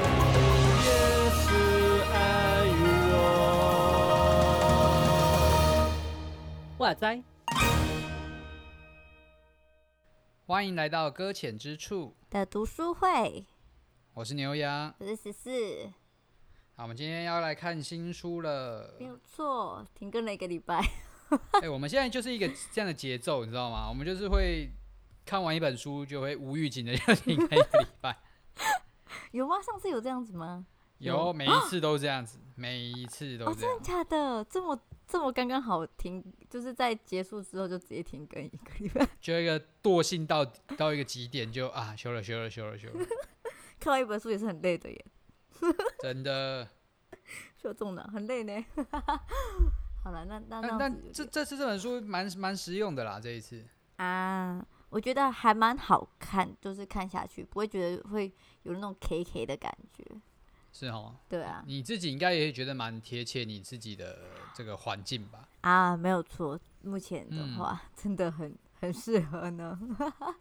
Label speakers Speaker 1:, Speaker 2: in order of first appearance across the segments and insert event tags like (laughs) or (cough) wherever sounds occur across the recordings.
Speaker 1: 也是爱我。哇塞！
Speaker 2: 欢迎来到搁浅之处，
Speaker 3: 的读书会，
Speaker 2: 我是牛羊。
Speaker 3: 我是十
Speaker 2: 嗯
Speaker 3: 四，
Speaker 2: 好，我们今天要来看新书了。
Speaker 3: (laughs) 没有错，停更了一个礼拜， (laughs)
Speaker 2: 哎、我们现在就是一个这样的节奏，你知道吗？我们就是会看完一本书就会无预警的要停开一个礼
Speaker 3: (laughs)
Speaker 2: 拜，
Speaker 3: 有吗？上次有这样子吗？
Speaker 2: 有
Speaker 3: 有
Speaker 2: 每一次都这样
Speaker 3: (gasps)
Speaker 2: 子，每一次都
Speaker 3: 哦，
Speaker 2: 这
Speaker 3: 真
Speaker 2: 样
Speaker 3: 的。假的？这么这么刚刚好停，就是在结束之后就直接停更一个礼拜， (laughs)
Speaker 2: 就一个惰性到到一个极点就，啊，休了，休了，休了，休
Speaker 3: (laughs)
Speaker 2: 了，
Speaker 3: 看完一本书也是很累的耶，
Speaker 2: 真的。
Speaker 3: 说中了，很累呢。 (laughs) 好了，那那那
Speaker 2: 但
Speaker 3: 样子
Speaker 2: 但
Speaker 3: 有
Speaker 2: 这
Speaker 3: 点
Speaker 2: 这次这本书蛮蛮实用的啦，这一次。
Speaker 3: 啊，我觉得还蛮好看，就是看下去不会觉得会有那种 K K 的感觉。
Speaker 2: 是哦，
Speaker 3: 对啊，
Speaker 2: 你自己应该也觉得蛮贴切你自己的这个环境吧？
Speaker 3: 啊，没有错，目前的
Speaker 2: 嗯
Speaker 3: 话、真的很很适合呢。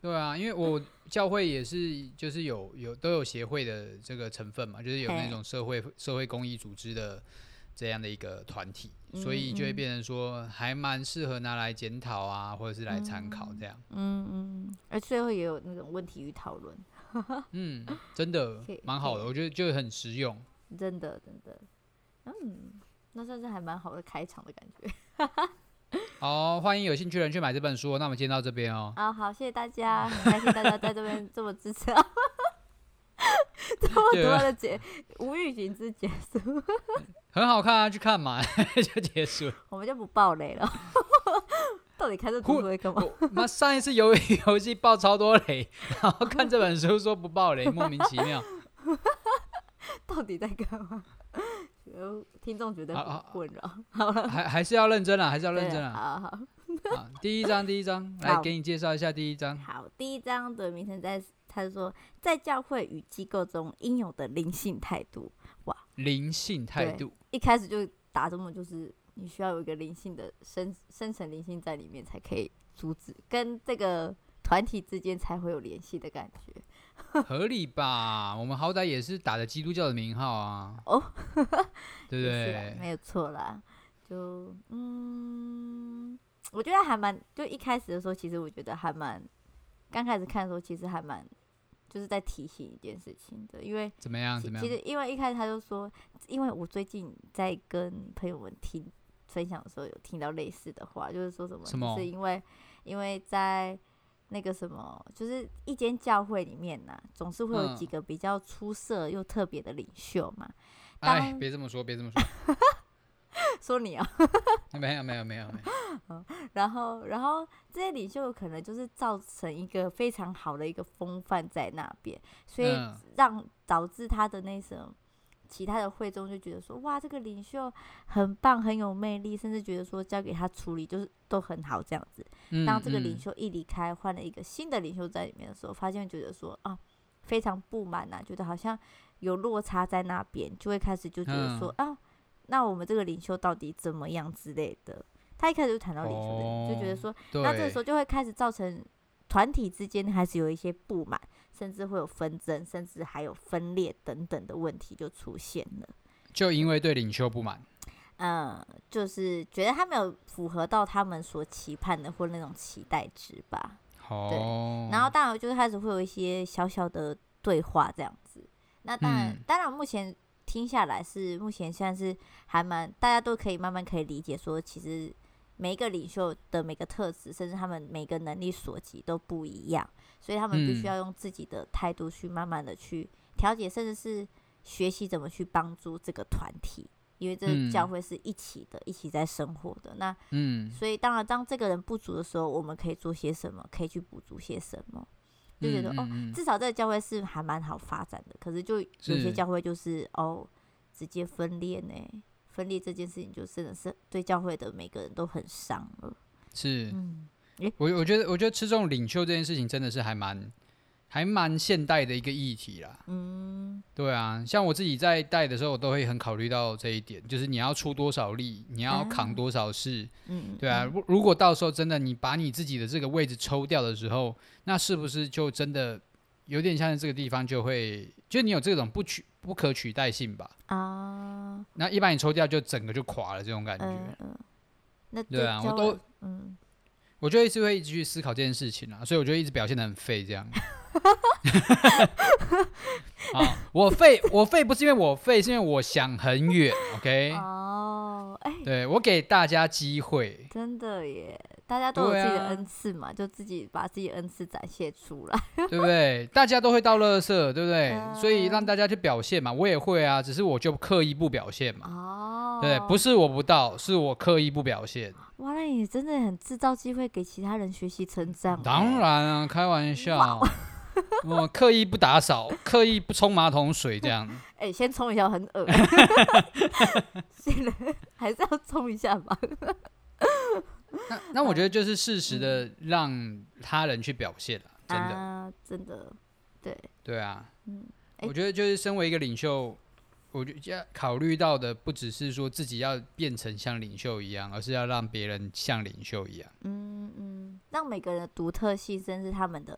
Speaker 2: 对啊，因为我教会也是，就是有有都有协会的这个成分嘛，就是有那
Speaker 3: 嘿
Speaker 2: 种社会社会公益组织的这样的一个团体，所以就会
Speaker 3: 嗯嗯
Speaker 2: 变成说还蛮适合拿来检讨啊，或者是来参考这样。
Speaker 3: 嗯，嗯，而最后也有那种问题与讨论，
Speaker 2: 嗯，真的
Speaker 3: 可以
Speaker 2: 蛮好
Speaker 3: 可
Speaker 2: 的，
Speaker 3: 以
Speaker 2: 我觉得就很实用。
Speaker 3: 真的真的，嗯，那算是还蛮好的开场的感觉。
Speaker 2: 好，欢迎有兴趣的人去买这本书哦。那我们今天到这边哦。
Speaker 3: (laughs) 啊，好，谢谢大家，很开心大家在这边这么支持 (laughs) 啊。这么
Speaker 2: 对
Speaker 3: 多
Speaker 2: 啊
Speaker 3: 的结无预警之结束，
Speaker 2: 很好看啊，去看嘛， (laughs) 就结束了。
Speaker 3: 我们就不爆雷了。 (laughs) 到底开这读
Speaker 2: 忽
Speaker 3: 书会干嘛？ (laughs)
Speaker 2: 我那上一次游 (laughs) 戏游戏爆超多雷，然后看这本书说不爆雷，莫名其妙。
Speaker 3: 到底在干嘛？呃听众觉得
Speaker 2: 好好
Speaker 3: 很
Speaker 2: 好
Speaker 3: 混扰， (laughs)
Speaker 2: 还还是要认真啊，还是要认
Speaker 3: 对
Speaker 2: 真
Speaker 3: 啊，
Speaker 2: 啊。
Speaker 3: 好好
Speaker 2: 啊，第一章，第一
Speaker 3: (laughs)
Speaker 2: 章，来
Speaker 3: 好
Speaker 2: 给你介绍一下第一章。
Speaker 3: 好，第一章的名称在他说，在教会与机构中应有的灵性态度。
Speaker 2: 灵性态度，
Speaker 3: 一开始就打这么就是你需要有一个灵性的深深层灵性在里面，才可以阻止跟这个团体之间才会有联系的感觉。
Speaker 2: 合理吧？我们好歹也是打着基督教的名号啊，
Speaker 3: 哦，
Speaker 2: (laughs) 对不
Speaker 3: 也是啦
Speaker 2: 对？
Speaker 3: 没有错啦。就嗯，我觉得还蛮，就一开始的时候，其实我觉得还蛮，刚开始看的时候，其实还蛮，就是在提醒一件事情的，因为
Speaker 2: 怎么样？
Speaker 3: 其
Speaker 2: 怎么
Speaker 3: 其
Speaker 2: 样？
Speaker 3: 实因为一开始他就说，因为我最近在跟朋友们听分享的时候，有听到类似的话，就是说什么，
Speaker 2: 什
Speaker 3: 就
Speaker 2: 么
Speaker 3: 是因为因为在那个什么，就是一间教会里面呢、总是会有几
Speaker 2: 嗯
Speaker 3: 个比较出色又特别的领袖嘛。 (laughs)
Speaker 2: 哎，
Speaker 3: 当
Speaker 2: 别这么说，别 (laughs) 这么说，
Speaker 3: 说你啊，
Speaker 2: 没有，没有，没有，没有。
Speaker 3: 然后，然后这些领袖可能就是造成一个非常好的一个风范在那边， (laughs) 所以
Speaker 2: 嗯
Speaker 3: 让导致他的那什么，其他的会众就觉得说，哇，这个领袖很棒，很有魅力，甚至觉得说交给他处理就是都很好这样子。
Speaker 2: 嗯
Speaker 3: 当这个领
Speaker 2: 嗯
Speaker 3: 袖一离开，换了一个新的领袖在里面的时候，发现觉得说啊，非常不满啊呐、觉得好像有落差在那边，就会开始就觉得说、
Speaker 2: 嗯
Speaker 3: 啊，那我们这个领袖到底怎么样之类的。他一开始就谈到领袖的，就觉得
Speaker 2: 哦
Speaker 3: 说，
Speaker 2: 对，
Speaker 3: 那这个时候就会开始造成团体之间还是有一些不满，甚至会有纷争，甚至还有分裂等等的问题就出现了。
Speaker 2: 就因为对领袖不满，
Speaker 3: 嗯，就是觉得他没有符合到他们所期盼的或那种期待值吧。
Speaker 2: 哦，
Speaker 3: 然后当然就开始会有一些小小的对话这样子。那当然，
Speaker 2: 嗯
Speaker 3: 当然目前听下来是目前现在是还蛮大家都可以慢慢可以理解说，其实每一个领袖的每个特质，甚至他们每个能力所及都不一样，所以他们必须
Speaker 2: 嗯
Speaker 3: 要用自己的态度去慢慢的去调节，甚至是学习怎么去帮助这个团体。因为这
Speaker 2: 嗯
Speaker 3: 个教会是一起的，一起在生活的。那
Speaker 2: 嗯，
Speaker 3: 所以当然，当这个人不足的时候，我们可以做些什么，可以去补足些什么，就觉得、
Speaker 2: 嗯
Speaker 3: 哦，，
Speaker 2: 嗯嗯
Speaker 3: 至少这个教会是还蛮好发展的。可是就有些
Speaker 2: 是
Speaker 3: 教会就是哦，直接分裂呢，分裂这件事情就真的是对教会的每个人都很伤了。
Speaker 2: 是
Speaker 3: 嗯，
Speaker 2: 我我觉得我觉得吃这种领袖这件事情真的是还蛮还蛮现代的一个议题啦。
Speaker 3: 嗯，
Speaker 2: 对啊，像我自己在带的时候，我都会很考虑到这一点，就是你要出多少力，你要扛多少事，
Speaker 3: 哦嗯，
Speaker 2: 对啊。如如果到时候真的你把你自己的这个位置抽掉的时候，那是不是就真的有点像是这个地方就会，就你有这种不取不可取代性吧？
Speaker 3: 啊，
Speaker 2: 那一般你抽掉就整个就垮了这种感觉。
Speaker 3: 嗯嗯，那
Speaker 2: 对啊，我
Speaker 3: 交
Speaker 2: 都
Speaker 3: 嗯，
Speaker 2: 我就一直会一直去思考这件事情啊，所以我就一直表现的很废这样。
Speaker 3: (laughs)
Speaker 2: (laughs) 啊，我废我废不是因为我废，是因为我想很远。OK，
Speaker 3: 哦， (laughs) 哎、
Speaker 2: 对我给大家机
Speaker 3: (laughs)
Speaker 2: 会，
Speaker 3: 真的耶，大家都有
Speaker 2: 对
Speaker 3: 自己的
Speaker 2: 啊
Speaker 3: 恩赐嘛，就自己把自己的恩赐展现出来。
Speaker 2: 对不对？大家都会到垃圾，对不对？
Speaker 3: 嗯
Speaker 2: 所以让大家去表现嘛，我也会啊，只是我就刻意不表现嘛。
Speaker 3: 哦，
Speaker 2: 对，不是我不到，是我刻意不表现。
Speaker 3: 哇，那你真的很制造机会给其他人学习成长。欸
Speaker 2: 当，然啊，开玩笑，
Speaker 3: 哦
Speaker 2: (laughs) 我刻意不打扫，刻意不冲马桶水这样。
Speaker 3: 哎、先冲一下，我很
Speaker 2: (laughs)
Speaker 3: 恶心了，还是要冲一下吧。
Speaker 2: 那那我觉得就是适时
Speaker 3: 嗯
Speaker 2: 的让他人去表现了，真的，
Speaker 3: 啊，真的，对，
Speaker 2: 对啊，
Speaker 3: 嗯诶
Speaker 2: 我觉得就是身为一个领袖，我觉得要考虑到的不只是说自己要变成像领袖一样，而是要让别人像领袖一样。
Speaker 3: 嗯嗯，让每个人的独特性，甚至他们的，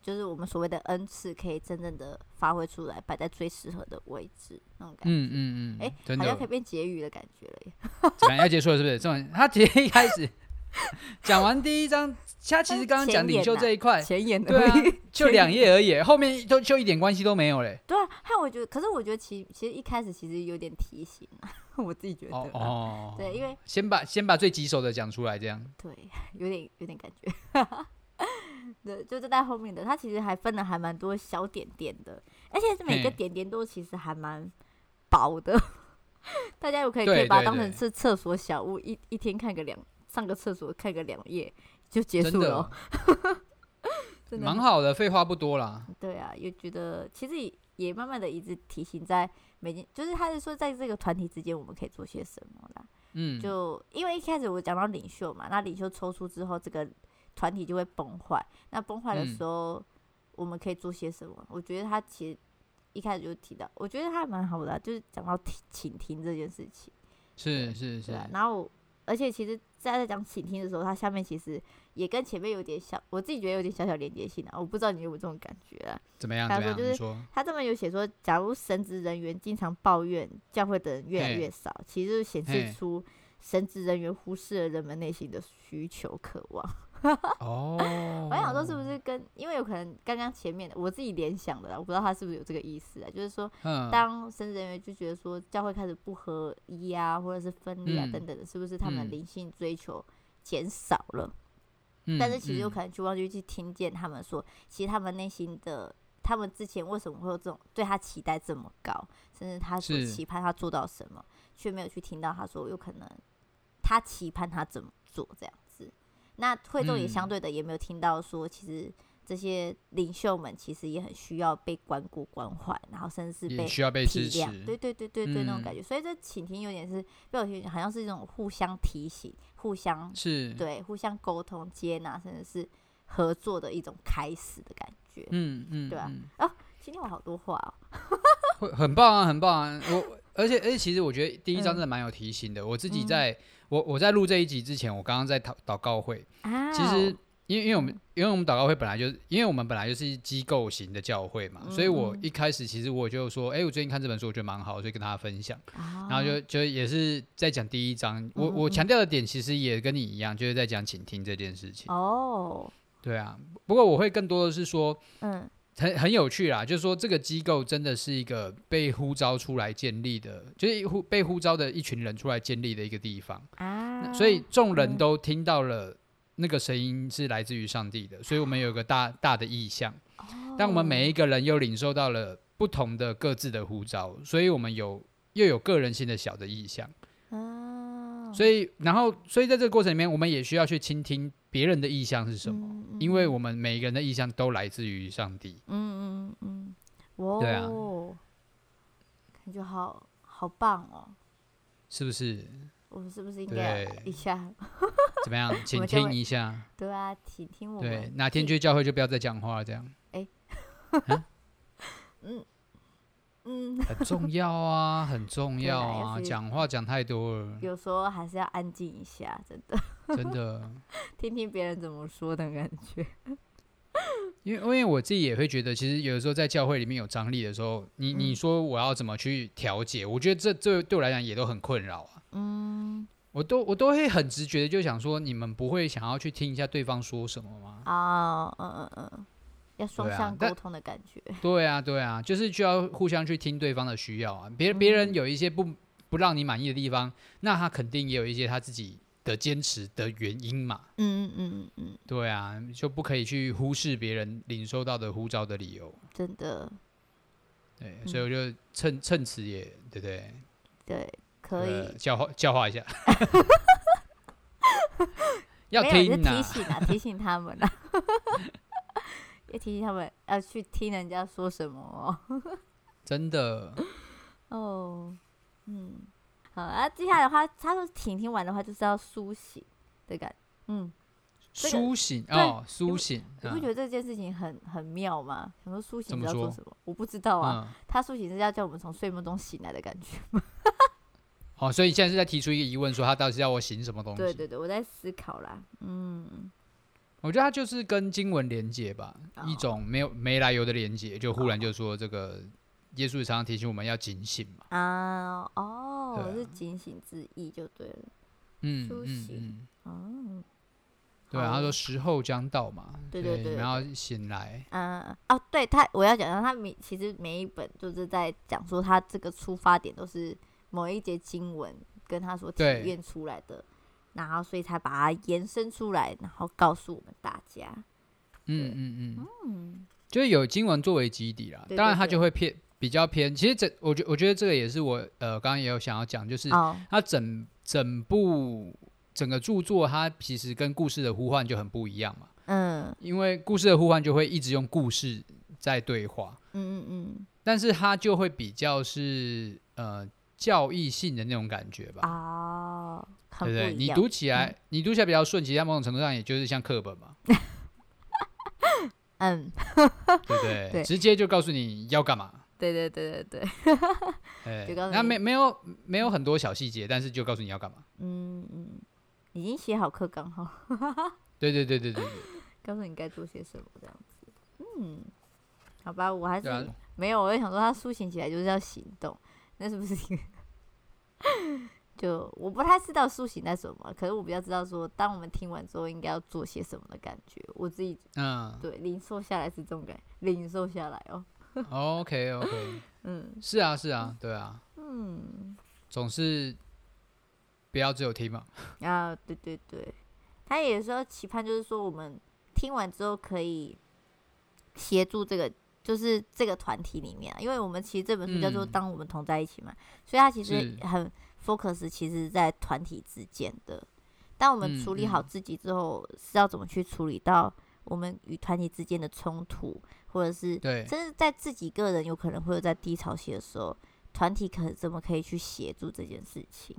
Speaker 3: 就是我们所谓的恩赐，可以真正的发挥出来，摆在最适合的位置，那种感觉。
Speaker 2: 嗯嗯嗯，
Speaker 3: 哎、
Speaker 2: 真
Speaker 3: 好
Speaker 2: 的
Speaker 3: 像可以，变结语的感觉了耶。
Speaker 2: 怎么样要结束了是不是？这种他其实一开 (laughs) 始讲完第一章，他其实刚刚讲领袖这一块，
Speaker 3: 前言
Speaker 2: 对啊
Speaker 3: 而已，
Speaker 2: 就两页而已，后面都就一点关系都没有嘞。
Speaker 3: (laughs) 对啊，害我觉得，可是我觉得其其实一开始其实有点提醒啊， (laughs) 我自己觉得
Speaker 2: 哦
Speaker 3: 啦，
Speaker 2: 哦，
Speaker 3: 对，因为
Speaker 2: 先把先把最棘手的讲出来，这样。
Speaker 3: 对， (laughs) 有点有点感觉。 (laughs) 对，就是在后面的，它其实还分了还蛮多小点点的，而且每个
Speaker 2: 嘿
Speaker 3: 点点都其实还蛮薄的。 (laughs) 大家有可以
Speaker 2: 对
Speaker 3: 可以把
Speaker 2: 对
Speaker 3: 它当成
Speaker 2: 对
Speaker 3: 是厕所小屋，一一天看个两上个厕所看个两页就结
Speaker 2: 真
Speaker 3: 束
Speaker 2: 的
Speaker 3: 了哦，真的
Speaker 2: 蛮好的，废话不多啦。
Speaker 3: 对啊，也觉得其实也也慢慢的一直提醒在每件，就是他是说在这个团体之间我们可以做些什么啦。
Speaker 2: 嗯，
Speaker 3: 就因为一开始我讲到领袖嘛，那领袖抽出之后，这个团体就会崩坏。那崩坏的
Speaker 2: 嗯
Speaker 3: 时候，我们可以做些什么？我觉得他其实一开始就提到，我觉得他还蛮好的啊、就是讲到听倾听这件事情，
Speaker 2: 是是是
Speaker 3: 对，啊。然后我而且其实在在讲倾听的时候，他下面其实也跟前面有点小，我自己觉得有点小小连接性啊。我不知道你有没有这种感觉啊？
Speaker 2: 怎么样？
Speaker 3: 他
Speaker 2: 怎么样？
Speaker 3: 说就
Speaker 2: 你
Speaker 3: 是
Speaker 2: 说，
Speaker 3: 他这边有写说，假如神职人员经常抱怨教会的人越来
Speaker 2: 嘿
Speaker 3: 越少，其实就是显
Speaker 2: 嘿
Speaker 3: 示出神职人员忽视了人们内心的需求渴望。
Speaker 2: 哦，
Speaker 3: 我想说，是不是跟因为有可能刚刚前面的我自己联想的啦，我不知道他是不是有这个意思啊，就是说，
Speaker 2: 嗯，
Speaker 3: 当神职人员就觉得说教会开始不合一啊，或者是分裂啊
Speaker 2: 嗯
Speaker 3: 等等的，是不是他们的
Speaker 2: 嗯
Speaker 3: 灵性追求减少了？
Speaker 2: 嗯
Speaker 3: 但是其实有
Speaker 2: 嗯
Speaker 3: 可能去忘记去听见他们说，其实他们内心的，他们之前为什么会有这种对他期待这么高，甚至他所
Speaker 2: 是
Speaker 3: 期盼他做到什么，却没有去听到他说有可能他期盼他怎么做这样子。那会众也
Speaker 2: 嗯
Speaker 3: 相对的也没有听到说，其实这些领袖们其实也很需要被关顾关怀，然后甚至是
Speaker 2: 嗯也
Speaker 3: 被
Speaker 2: 需要被
Speaker 3: 体
Speaker 2: 支
Speaker 3: 谅，对
Speaker 2: 持，
Speaker 3: 对对对对，那种感
Speaker 2: 嗯
Speaker 3: 觉。所以这倾听有点是被我听，好像是一种互相提醒、互相
Speaker 2: 是，
Speaker 3: 对，互相沟通、接纳，甚至是合作的一种开始的感觉。
Speaker 2: 嗯嗯，
Speaker 3: 对啊
Speaker 2: 嗯
Speaker 3: 今天我好多话哦，
Speaker 2: 会很棒啊，很棒啊，我。而且，而且，其实我觉得第一章真的蛮有提醒的。我自己
Speaker 3: 嗯
Speaker 2: 在、我我在录这一集之前，我刚刚在祷祷告会，
Speaker 3: 啊嗯
Speaker 2: 其实因为因为我们、因为我们祷告会本来就是因为我们本来就是机构型的教会嘛，所以我
Speaker 3: 嗯嗯
Speaker 2: 一开始其实我就说，哎、我最近看这本书，我觉得蛮好，所以跟大家分享。
Speaker 3: 然
Speaker 2: 然后就就也是在讲第一章，我
Speaker 3: 啊嗯
Speaker 2: 我
Speaker 3: 嗯
Speaker 2: 强调的点其实也跟你一样，就是在讲倾听这件事情。
Speaker 3: 哦，
Speaker 2: 对啊，不过我会更多的是说，
Speaker 3: 嗯
Speaker 2: 很很有趣啦，就是说这个机构真的是一个被呼召出来建立的，就是呼被呼召的一群人出来建立的一个地方，
Speaker 3: 啊，
Speaker 2: 所以众人
Speaker 3: 嗯
Speaker 2: 都听到了那个声音是来自于上帝的，所以我们有个大大的意向。但我们每
Speaker 3: 哦
Speaker 2: 一个人又领受到了不同的各自的呼召，所以我们有又有个人性的小的意向。
Speaker 3: 啊
Speaker 2: 所以，然后，所以在这个过程里面，我们也需要去倾听别人的意向是什么，
Speaker 3: 嗯
Speaker 2: 因为我们每一个人的意向都来自于上帝。
Speaker 3: 嗯嗯嗯，
Speaker 2: 对啊
Speaker 3: 哦，感觉好好棒哦。
Speaker 2: 是不是？
Speaker 3: 我们是不是应该
Speaker 2: 对
Speaker 3: 一下？
Speaker 2: 怎么
Speaker 3: (laughs)
Speaker 2: 样？请
Speaker 3: 们就会
Speaker 2: 听一下。
Speaker 3: 对啊，请听我
Speaker 2: 对
Speaker 3: 们，
Speaker 2: 哪天
Speaker 3: 自己
Speaker 2: 去
Speaker 3: (laughs)
Speaker 2: 教会就不要再讲话了，这样。
Speaker 3: 嗯嗯，
Speaker 2: 很重要啊，很重
Speaker 3: 对
Speaker 2: 要
Speaker 3: 啦要
Speaker 2: 啊，
Speaker 3: 是
Speaker 2: 讲话讲太多
Speaker 3: (laughs)
Speaker 2: 了，
Speaker 3: 有时候还是要安静一下，真的，
Speaker 2: 真的。
Speaker 3: 听听别人怎么说的感觉。
Speaker 2: 因为因为我自己也会觉得，其实有的时候在教会里面有张力的时候，你你
Speaker 3: 嗯
Speaker 2: 说我要怎么去调节？我觉得这这对我来讲也都很困扰啊。
Speaker 3: 嗯
Speaker 2: 我都我都会很直觉的就想说，你们不会想要去听一下对方说什么吗？
Speaker 3: 啊，嗯嗯嗯，要双
Speaker 2: 对啊
Speaker 3: 向
Speaker 2: 但
Speaker 3: 沟通的感觉。 (laughs)
Speaker 2: 对啊，对啊，就是需要互相去听对方的需要啊。别
Speaker 3: 嗯
Speaker 2: 别人有一些不不让你满意的地方，那他肯定也有一些他自己的坚持的原因嘛。
Speaker 3: 嗯嗯嗯嗯，
Speaker 2: 对啊，就不可以去忽视别人领受到的呼召的理由。
Speaker 3: 真的，
Speaker 2: 对，所以我
Speaker 3: 嗯
Speaker 2: 就趁趁此也对不对？
Speaker 3: 对，可以
Speaker 2: 呃。教化教化一
Speaker 3: (laughs)
Speaker 2: 下。 (laughs) 要
Speaker 3: 没有，
Speaker 2: 听
Speaker 3: 就
Speaker 2: 呐、
Speaker 3: 提醒啊，提醒他们
Speaker 2: (laughs)
Speaker 3: 啊，要提醒他们要去听人家说什么哦。
Speaker 2: (laughs) 真的。
Speaker 3: 哦嗯，好啊，接下来的话，他说婷婷完的话就是要苏醒的感嗯， (sniffs) 这个
Speaker 2: 苏醒
Speaker 3: 对
Speaker 2: 哦，苏
Speaker 3: 不
Speaker 2: 醒，
Speaker 3: 你不觉得这件事情很很妙吗？想说苏
Speaker 2: 怎
Speaker 3: 醒
Speaker 2: 么
Speaker 3: 是要做
Speaker 2: 说
Speaker 3: 什么？我不知道啊，
Speaker 2: 嗯，
Speaker 3: 他苏醒是要叫我们从睡梦中醒来的感觉。
Speaker 2: 哦，所以现在是在提出一个疑问，说他到底是要我醒什么东西？
Speaker 3: 对对对，我在思考啦，嗯，
Speaker 2: 我觉得他就是跟经文连接吧，一
Speaker 3: 哦
Speaker 2: 种没有没来由的连接，就忽然就说这个耶稣也常常提醒我们要警醒嘛。
Speaker 3: 啊，哦，
Speaker 2: 对啊
Speaker 3: 是警醒之意就对了，
Speaker 2: 嗯
Speaker 3: 苏
Speaker 2: 嗯
Speaker 3: 醒
Speaker 2: 嗯，
Speaker 3: 嗯，
Speaker 2: 对啊，他
Speaker 3: 好
Speaker 2: 说时候将到嘛，
Speaker 3: 哦对
Speaker 2: 所
Speaker 3: 对
Speaker 2: 以
Speaker 3: 对
Speaker 2: 你们
Speaker 3: 对
Speaker 2: 要醒来。
Speaker 3: 嗯，哦，对他，我要讲到他每其实每一本就是在讲说他这个出发点都是某一节经文跟他所体
Speaker 2: 对
Speaker 3: 验出来的，然后所以才把它延伸出来，然后告诉我们大家。
Speaker 2: 嗯嗯嗯，
Speaker 3: 嗯，
Speaker 2: 就是有经文作为基底啦，
Speaker 3: 对
Speaker 2: 当
Speaker 3: 对
Speaker 2: 然他
Speaker 3: 对
Speaker 2: 就会偏比较偏。其实这我觉我觉得这个也是我呃刚刚也有想要讲，就是
Speaker 3: 哦，
Speaker 2: 它整整部整个著作，它其实跟故事的呼唤就很不一样嘛。
Speaker 3: 嗯
Speaker 2: 因为故事的呼唤就会一直用故事在对话，
Speaker 3: 嗯嗯嗯，
Speaker 2: 但是它就会比较是呃教义性的那种感觉吧，
Speaker 3: 哦，很
Speaker 2: 对不
Speaker 3: 不
Speaker 2: 对？
Speaker 3: 一
Speaker 2: 你
Speaker 3: 样。
Speaker 2: 读起来，你读起来比较顺，其实它某种程度上也就是像课本嘛，
Speaker 3: 嗯，
Speaker 2: 对不对？
Speaker 3: 对
Speaker 2: 直接就告诉你要干嘛。
Speaker 3: 对对对对对，
Speaker 2: 哎
Speaker 3: 就告诉，
Speaker 2: 那
Speaker 3: 你
Speaker 2: 没没有没有很多小细节，但是就告诉你要干嘛。
Speaker 3: 嗯嗯，已经写好课纲哈，
Speaker 2: 对对对对对对，
Speaker 3: 告诉你该做些什么这样子。嗯，好吧，我还是
Speaker 2: 对啊，
Speaker 3: 没有，我就想说他苏醒起来就是要行动，那是不 (laughs) 是一个？就我不太知道苏醒在什么，可是我比较知道说，当我们听完之后应该要做些什么的感觉。我自己
Speaker 2: 嗯
Speaker 3: 对零售下来是这种感零售下来哦，
Speaker 2: ，OK OK，
Speaker 3: 嗯
Speaker 2: 是啊是啊，对啊。
Speaker 3: 嗯
Speaker 2: 总是不要只有听嘛。
Speaker 3: 啊，对对对，他也说期盼就是说我们听完之后可以协助这个。就是这个团体里面啊，因为我们其实这本书叫做《
Speaker 2: 嗯
Speaker 3: 当我们同在一起》嘛，所以它其实
Speaker 2: 是
Speaker 3: 很 focus，其实在团体之间的。当我们
Speaker 2: 嗯
Speaker 3: 处理好
Speaker 2: 嗯
Speaker 3: 自己之后，是要怎么去处理到我们与团体之间的冲突，或者是
Speaker 2: 对，
Speaker 3: 甚至在自己个人有可能会有在低潮期的时候，团体可怎么可以去协助这件事情？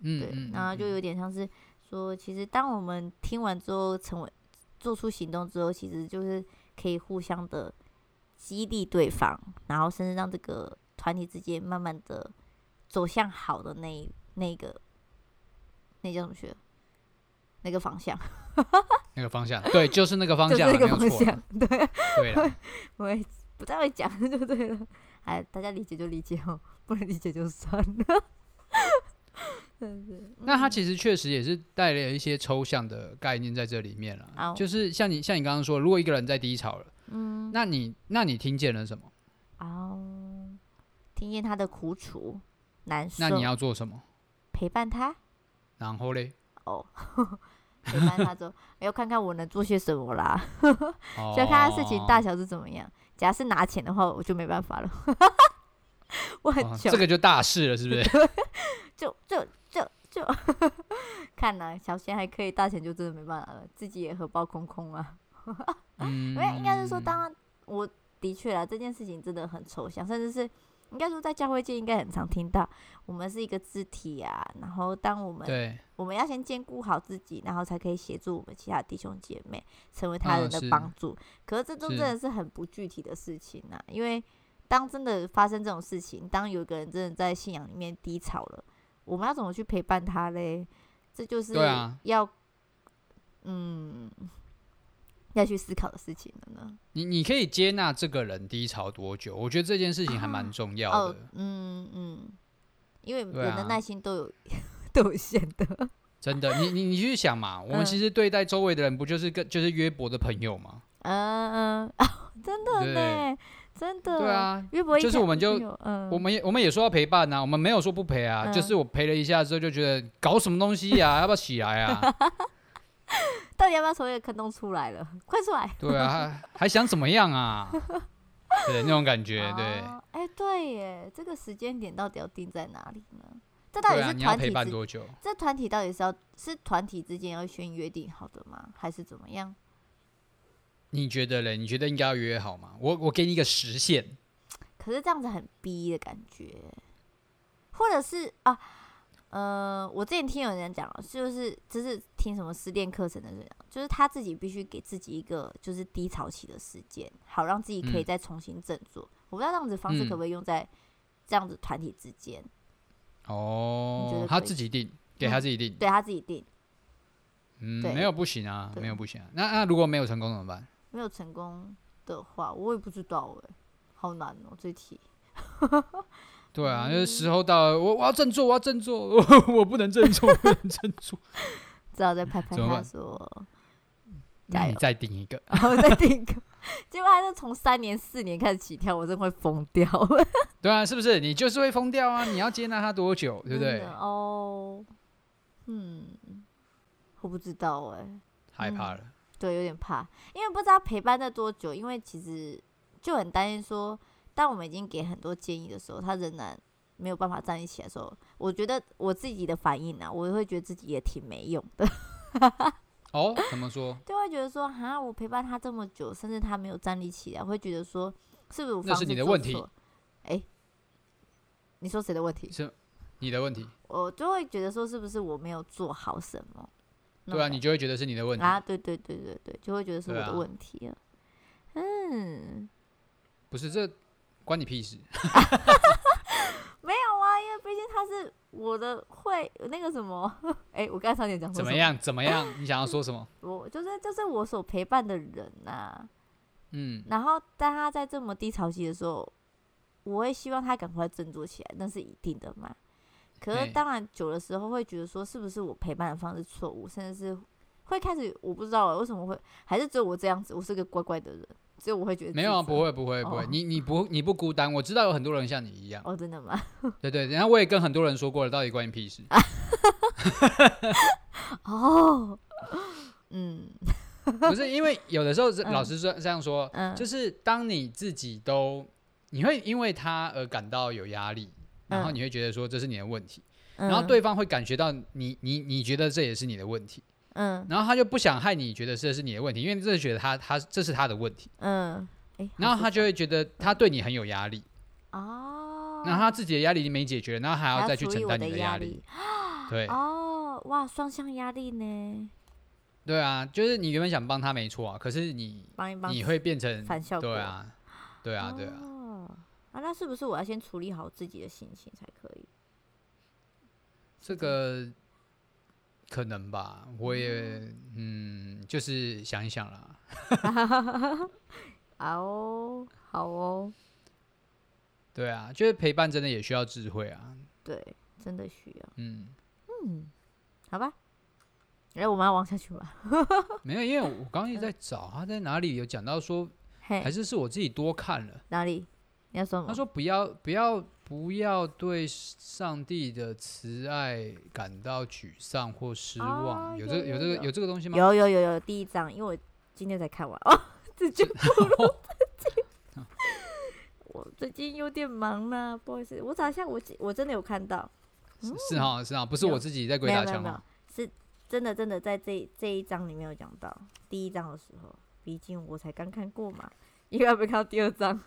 Speaker 2: 嗯
Speaker 3: 对，
Speaker 2: 嗯，
Speaker 3: 然后就
Speaker 2: 嗯
Speaker 3: 有点像是说，其实当我们听完之后，成为做出行动之后，其实就是可以互相的激励对方，然后甚至让这个团体之间慢慢的走向好的那一那个那叫什么学？那个方向，
Speaker 2: 那个方
Speaker 3: (laughs)
Speaker 2: 向，对，就是那个方
Speaker 3: 就是
Speaker 2: 向啦，
Speaker 3: 那
Speaker 2: 没
Speaker 3: 个
Speaker 2: 有
Speaker 3: 方
Speaker 2: 错啦，
Speaker 3: 向，对，
Speaker 2: 对啦，
Speaker 3: 我也不太会讲就对了。哎，大家理解就理解哦，不能理解就算了。 (laughs) 真是
Speaker 2: 那它其实确实也是带了一些抽象的概念在这里面了
Speaker 3: 好，
Speaker 2: 就是像你像你刚刚说，如果一个人在低潮了，
Speaker 3: 嗯，
Speaker 2: 那你那你听见了什么？
Speaker 3: 哦，听见他的苦楚、难受，
Speaker 2: 那你要做什么？
Speaker 3: 陪伴他
Speaker 2: 然后
Speaker 3: (laughs)
Speaker 2: 嘞， (laughs)
Speaker 3: 哦，陪伴他之后，要看看我能做些什么啦，
Speaker 2: (laughs) 哦
Speaker 3: 就看他事情大小是怎么样。假如是拿钱的话，我就没办法了， (laughs) 我很
Speaker 2: 哦
Speaker 3: 穷，
Speaker 2: 这个就大事了，是不
Speaker 3: (laughs)
Speaker 2: 是？
Speaker 3: 就就就就 (laughs) 看来小钱还可以，大钱就真的没办法了，自己也荷包空空啊。
Speaker 2: 嗯
Speaker 3: 没有，应该是说，当我的确啦，这件事情真的很抽象，甚至是应该说在教会界应该很常听到，我们是一个肢体啊，然后当我们
Speaker 2: 对，
Speaker 3: 我们要先兼顾好自己，然后才可以协助我们其他弟兄姐妹，成为他人
Speaker 2: 嗯
Speaker 3: 的
Speaker 2: 是
Speaker 3: 帮助。可是这都
Speaker 2: 是
Speaker 3: 真的是很不具体的事情啊，因为当真的发生这种事情，当有一个人真的在信仰里面低潮了，我们要怎么去陪伴他嘞？这就是
Speaker 2: 对啊
Speaker 3: 要、嗯要去思考的事情了呢。
Speaker 2: 你你可以接纳这个人低潮多久？我觉得这件事情还蛮重要
Speaker 3: 哦
Speaker 2: 的。，
Speaker 3: 嗯嗯，因为
Speaker 2: 对
Speaker 3: 人的
Speaker 2: 啊
Speaker 3: 耐心都有、 (laughs) 都有限的，
Speaker 2: 真的，你你你去想嘛，
Speaker 3: 嗯
Speaker 2: 我们其实对待周围的人不就是跟就是约伯的朋友吗？
Speaker 3: 嗯嗯，啊，真的
Speaker 2: 对
Speaker 3: 呢，真的，
Speaker 2: 对啊，
Speaker 3: 约伯一
Speaker 2: 就是
Speaker 3: 开
Speaker 2: 我们就
Speaker 3: 有嗯，
Speaker 2: 我们也我们也说要陪伴呐、我们没有说不陪啊，
Speaker 3: 嗯
Speaker 2: 就是我陪了一下之后就觉得搞什么东西呀、
Speaker 3: (laughs)
Speaker 2: 要不要起来啊？
Speaker 3: 到底要不要从一个坑洞出来了？ (laughs) 快出来！
Speaker 2: 对啊，还还想怎么样
Speaker 3: (laughs)
Speaker 2: 啊？对，那种感觉，对
Speaker 3: 哦哎、对耶，这个时间点到底要定在哪里呢？这到底
Speaker 2: 对啊，
Speaker 3: 是
Speaker 2: 你要
Speaker 3: 团
Speaker 2: 陪
Speaker 3: 体
Speaker 2: 伴
Speaker 3: 之、
Speaker 2: 多久？
Speaker 3: 这团体到底是要是团体之间要先约定好的吗？还是怎么样？
Speaker 2: 你觉得嘞？你觉得应该要约好吗？我我给你一个时限，
Speaker 3: 可是这样子很逼的感觉，或者是啊，呃，我之前听有人讲，啊就是就是听什么失恋课程的人，就是他自己必须给自己一个就是低潮期的时间，好让自己可以
Speaker 2: 嗯
Speaker 3: 再重新振作。我不知道这样子的方式
Speaker 2: 嗯
Speaker 3: 可不可以用在这样子团体之间，你觉
Speaker 2: 哦
Speaker 3: 得，
Speaker 2: 他
Speaker 3: 可以
Speaker 2: 自己定，给他
Speaker 3: 嗯
Speaker 2: 自己定，
Speaker 3: 对他自己定
Speaker 2: 嗯，
Speaker 3: 对
Speaker 2: 没有不行啊，
Speaker 3: 对
Speaker 2: 没有不行啊。那那如果没有成功怎么办？
Speaker 3: 没有成功的话，我也不知道哎、好难哦、这题。
Speaker 2: 对啊，
Speaker 3: 嗯
Speaker 2: 就是时候到了，我我要振作，我要振作， (laughs) 我我不能振作，我不能振作。
Speaker 3: 只好再拍拍
Speaker 2: 怎么
Speaker 3: 他
Speaker 2: 办嗯
Speaker 3: 说， (laughs) 加
Speaker 2: 那你
Speaker 3: 油
Speaker 2: 再定一个，
Speaker 3: 然后再定一个。 (laughs) 结果他就从三年、四年开始起跳，我真的会疯掉， (laughs)
Speaker 2: 对啊，是不是？你就是会疯掉啊！你要接纳他多久，对不
Speaker 3: 真
Speaker 2: 对
Speaker 3: 的？哦，嗯，我不知道哎、
Speaker 2: 害怕了，
Speaker 3: 对，有点怕，因为不知道陪伴在多久，因为其实就很担心说，当我们已经给很多建议的时候，他仍然没有办法站立起来的时候，我觉得我自己的反应啊，我会觉得自己也挺没用的，
Speaker 2: 哦，怎么说？
Speaker 3: 就会觉得说，哈，我陪伴他这么久，甚至他没有站立起来，会觉得说，是不是我
Speaker 2: 那
Speaker 3: 方
Speaker 2: 是
Speaker 3: 式
Speaker 2: 你的
Speaker 3: 做
Speaker 2: 问题
Speaker 3: 错？哎、你说谁的问题？
Speaker 2: 是你的问题，
Speaker 3: 我就会觉得说，是不是我没有做好什么？那
Speaker 2: 对啊，
Speaker 3: 种
Speaker 2: 你就会觉得是你的问题，
Speaker 3: 啊，对对对对对，就会觉得是我
Speaker 2: 对
Speaker 3: 的
Speaker 2: 啊
Speaker 3: 问题了。嗯，
Speaker 2: 不是这关你屁事。
Speaker 3: 没有啊，因为毕竟他是我的会那个什么， (laughs) 哎、我刚才差点讲错
Speaker 2: 怎么
Speaker 3: 什？
Speaker 2: 样？怎么
Speaker 3: (laughs)
Speaker 2: 样？你想要说什么？
Speaker 3: 我就是就是我所陪伴的人呐、
Speaker 2: 嗯，
Speaker 3: 然后当他在这么低潮期的时候，我会希望他赶快振作起来，那是一定的嘛。可
Speaker 2: 嘿
Speaker 3: 是当然久的时候会觉得说，是不是我陪伴的方式错误，甚至是会开始我不知道欸为什么会，还是只有我这样子，我是个乖乖的人，只有我会觉得
Speaker 2: 没有啊，
Speaker 3: 自
Speaker 2: 不
Speaker 3: 责。
Speaker 2: 会，不会，不会
Speaker 3: 哦。
Speaker 2: 你你不你不孤单，我知道有很多人像你一样。
Speaker 3: 哦，真的
Speaker 2: (laughs)
Speaker 3: 吗？
Speaker 2: 对对，然后我也跟很多人说过了，到底关你屁
Speaker 3: (laughs) 嗯
Speaker 2: 事？
Speaker 3: 哦， (laughs) 嗯
Speaker 2: 不是因为有的时候是，
Speaker 3: 嗯
Speaker 2: 老师这这样说，
Speaker 3: 嗯，
Speaker 2: 就是当你自己都，你会因为他而感到有压力，然后
Speaker 3: 嗯
Speaker 2: 你会觉得说这是你的问题，
Speaker 3: 然
Speaker 2: 然后，对方会感觉到你你你觉得这也是你的问题，
Speaker 3: 嗯
Speaker 2: 然后他就不想害你觉得这是你的问题，因为这是觉得他他这是他的问题，
Speaker 3: 嗯，哎，好
Speaker 2: 然后
Speaker 3: 复
Speaker 2: 他就会觉得他对你很有压力，
Speaker 3: 杂哦，
Speaker 2: 然后他自己的压力已经没解决了，然后还
Speaker 3: 还
Speaker 2: 要
Speaker 3: 要
Speaker 2: 再去
Speaker 3: 处理
Speaker 2: 承
Speaker 3: 我
Speaker 2: 担你
Speaker 3: 的
Speaker 2: 压
Speaker 3: 力
Speaker 2: 力，对
Speaker 3: 哦，哇，双向压力呢，
Speaker 2: 对啊，就是你原本想帮他没错啊，可是你
Speaker 3: 帮一帮
Speaker 2: 你会变成
Speaker 3: 反效果
Speaker 2: 对啊，对啊，对啊，
Speaker 3: 哦，啊，那是不是我要先处理好自己的心情才可以？
Speaker 2: 这个可能吧，我也嗯，就是想一想啦。
Speaker 3: 啊哦，好哦，
Speaker 2: 对啊，就是陪伴真的也需要智慧啊。
Speaker 3: 对，真的需要，
Speaker 2: 嗯，
Speaker 3: 嗯，好吧，哎，我们要往下去吧，
Speaker 2: 没有，因为我刚刚一直在找他在哪里有讲到说，还
Speaker 3: 嘿，
Speaker 2: 是是我自己多看了。
Speaker 3: 哪里？你要说什么？
Speaker 2: 他说不要不要不要对上帝的慈爱感到沮丧或失望，
Speaker 3: 哦
Speaker 2: 有这个
Speaker 3: 有
Speaker 2: 有这个
Speaker 3: 有
Speaker 2: 有这个东西吗？
Speaker 3: 有有有有第一章，因为我今天才看完 (laughs) 哦，这就
Speaker 2: (laughs)
Speaker 3: 我最近有点忙啦，不好意思，我找一下，我记我真的有看到，
Speaker 2: 是是哈是哈，不是
Speaker 3: 有
Speaker 2: 我自己在鬼
Speaker 3: 没有
Speaker 2: 打
Speaker 3: 没有
Speaker 2: 墙
Speaker 3: 没有
Speaker 2: 吗？，
Speaker 3: 是真的真的在这这一章里面有讲到第一章的时候，毕竟 (laughs) 我才刚看过嘛，因为还没看到第二章。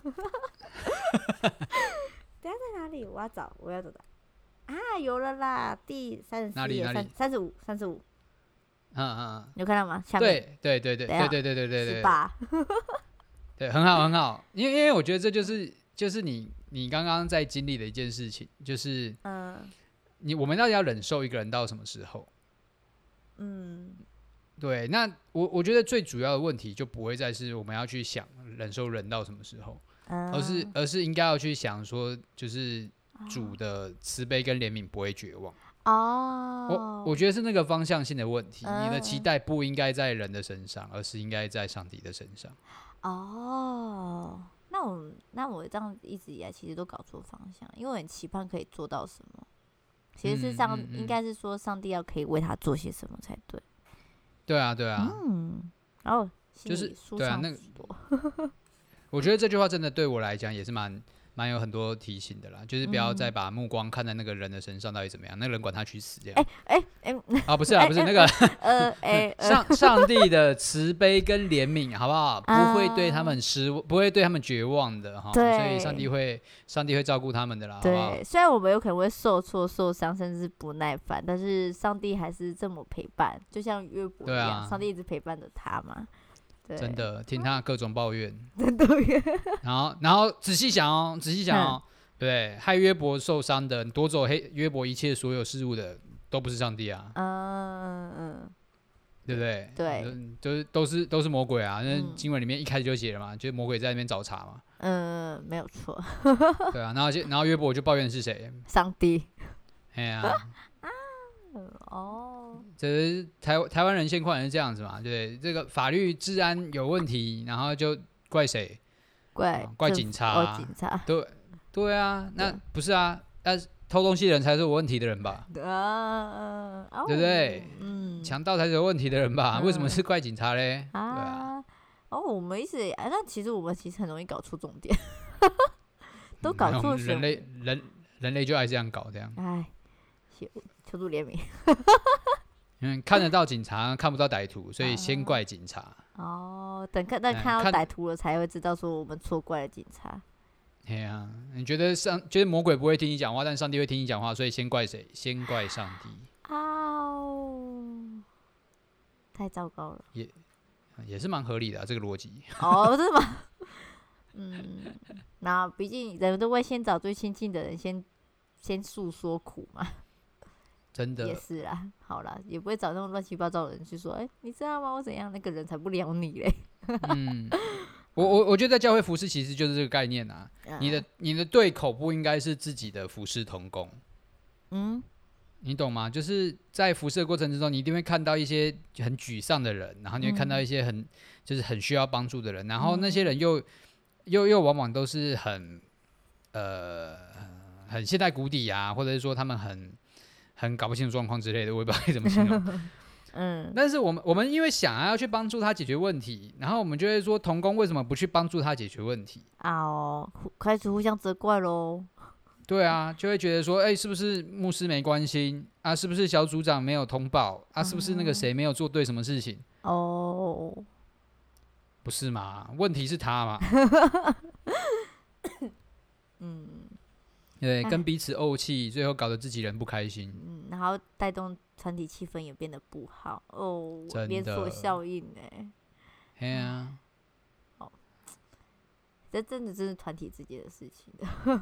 Speaker 3: 等一下里？我要找，我要找的啊，有了啦，第三十
Speaker 2: 哪
Speaker 3: 四
Speaker 2: 里
Speaker 3: 页，
Speaker 2: 哪里
Speaker 3: 三三十五，三十五，
Speaker 2: 嗯嗯
Speaker 3: 你有看到吗？下
Speaker 2: 嗯，
Speaker 3: 面
Speaker 2: 对对对对
Speaker 3: 等一下
Speaker 2: 对对对对对
Speaker 3: 十
Speaker 2: 对，
Speaker 3: 八，
Speaker 2: 对，很好很好，因为因为我觉得这就是就是你你刚刚在经历的一件事情，就是
Speaker 3: 嗯
Speaker 2: 你我们到底要忍受一个人到什么时候？
Speaker 3: 嗯，
Speaker 2: 对，那我我觉得最主要的问题就不会再是我们要去想忍受人到什么时候，而
Speaker 3: 而
Speaker 2: 哦是而是应该要去想说，就是
Speaker 3: 啊
Speaker 2: 主的慈悲跟怜悯不会绝望。
Speaker 3: 哦
Speaker 2: 我，我觉得是那个方向性的问题，你的期
Speaker 3: 嗯
Speaker 2: 待不应该在人的身上，而是应该在上帝的身上。
Speaker 3: 哦，那我那我这样一直以来其实都搞错方向，因为我很期盼可以做到什么，其实是
Speaker 2: 嗯
Speaker 3: 上、
Speaker 2: 嗯嗯
Speaker 3: 应该是说上帝要可以为他做些什么才对，
Speaker 2: 对啊，对啊，
Speaker 3: 嗯，然后心
Speaker 2: 就是
Speaker 3: 里舒
Speaker 2: 对啊
Speaker 3: 畅
Speaker 2: 那个
Speaker 3: 许多，
Speaker 2: 我觉得这句话真的对我来讲也是蛮蛮有很多提醒的啦，就是不要
Speaker 3: 嗯
Speaker 2: 再把目光看在那个人的身上到底怎么样，那个人管他去死这样。
Speaker 3: 哎哎
Speaker 2: 啊，不是啊，不是
Speaker 3: 哎
Speaker 2: 那个 (laughs)
Speaker 3: 呃哎呃，嗯
Speaker 2: 上上帝的慈悲跟怜悯， (laughs) 好不好？不会对他们失，不会对他们绝望的哈。所以上帝
Speaker 3: 对
Speaker 2: 会，上帝会照顾他们的啦，好不好
Speaker 3: 对，？虽然我们有可能会受挫、受伤，甚至是不耐烦，但是上帝还是这么陪伴，就像约伯一
Speaker 2: 对
Speaker 3: 样，
Speaker 2: 啊
Speaker 3: 上帝一直陪伴着他嘛。对，
Speaker 2: 真，的，听他各种抱怨，
Speaker 3: (laughs) 真的耶，
Speaker 2: (laughs) 然后然后仔细想哦，仔细想哦，
Speaker 3: 嗯
Speaker 2: 对，害约伯受伤的，夺走黑约伯一切所有事物的，都不是上帝啊，
Speaker 3: 嗯嗯
Speaker 2: 对不对？
Speaker 3: 对
Speaker 2: 嗯，就是都是都是魔鬼啊。那
Speaker 3: 嗯
Speaker 2: 经文里面一开始就写了嘛，就是魔鬼在那边找茬嘛，
Speaker 3: 嗯，没有错，
Speaker 2: 对啊。然后就然后约伯就抱怨是谁？
Speaker 3: 上帝。 (laughs)
Speaker 2: 哎呀。
Speaker 3: 嗯哦，
Speaker 2: 这是台台湾人现况也是这样子嘛？对，这个法律治安有问题，然后就怪谁？
Speaker 3: 怪
Speaker 2: 怪
Speaker 3: 政
Speaker 2: 警
Speaker 3: 府
Speaker 2: 察啊
Speaker 3: 哦，警 (laughs) 察
Speaker 2: 对，对啊，那
Speaker 3: 对
Speaker 2: 不是啊，那偷东西的人才是有问题的人吧？
Speaker 3: 啊，哦
Speaker 2: 对不对？
Speaker 3: 嗯，
Speaker 2: 强盗才是有问题的人吧？为什么是怪警察嘞？对啊，
Speaker 3: 啊，哦，我们一直，哎，那其实我们其实很容易搞错重点， (laughs) 都
Speaker 2: 嗯
Speaker 3: 搞
Speaker 2: 那我
Speaker 3: 错
Speaker 2: 们
Speaker 3: 什
Speaker 2: 人
Speaker 3: 么
Speaker 2: 类人人类就爱这样搞这样，
Speaker 3: 哎，求求助怜悯。
Speaker 2: 因为看得到警察，看不到歹徒，所以先
Speaker 3: 啊
Speaker 2: 怪警察。
Speaker 3: 哦，等看等
Speaker 2: 哎
Speaker 3: 看到
Speaker 2: 看
Speaker 3: 歹徒了，才会知道说我们错怪了警察。
Speaker 2: 哎呀、你觉得上就是魔鬼不会听你讲话，但上帝会听你讲话，所以先怪谁？先怪上帝，
Speaker 3: 啊哦，太糟糕了。
Speaker 2: 嗯也是蛮合理的、啊、这个逻辑。
Speaker 3: 哦，是吗？嗯，那毕竟人都会先找最亲近的人先先诉说苦嘛，
Speaker 2: 真
Speaker 3: 也
Speaker 2: 的，
Speaker 3: 是啦。好啦，也不会找那种乱七八糟的人去说，哎、你知道吗？我怎样？那个人才不聊你嘞。
Speaker 2: 嗯，我我我觉得在教会服侍其实就是这个概念啊。
Speaker 3: 嗯
Speaker 2: 你的你的对口不应该是自己的服侍同工，
Speaker 3: 嗯，
Speaker 2: 你懂吗？就是在服侍的过程之中，你一定会看到一些很沮丧的人，然后你会看到一些很、就是很需要帮助的人，然后那些人又、又又往往都是很呃很陷在谷底啊，或者是说他们很很搞不清楚状况之类的，我也不知道该怎么形容。
Speaker 3: 嗯
Speaker 2: 但是我们我们因为想要去帮助他解决问题，然后我们就会说，童工为什么不去帮助他解决问题？
Speaker 3: 啊哦，互开始互相责怪喽。
Speaker 2: 对啊，就会觉得说，哎、是不是牧师没关心啊？是不是小组长没有通报啊？是不是那个谁没有做对什么事情？
Speaker 3: 哦，
Speaker 2: 不是嘛？问题是他
Speaker 3: (laughs)
Speaker 2: 嘛？
Speaker 3: 嗯
Speaker 2: 对，
Speaker 3: 唉
Speaker 2: 跟彼此怄气，最后搞得自己人不开心。
Speaker 3: 嗯，然后带动团体气氛也变得不好哦，
Speaker 2: 真
Speaker 3: 连锁
Speaker 2: 的
Speaker 3: 效应哎，
Speaker 2: 哎
Speaker 3: 嗯
Speaker 2: 呀、
Speaker 3: 这真的真是团体之间的事情的。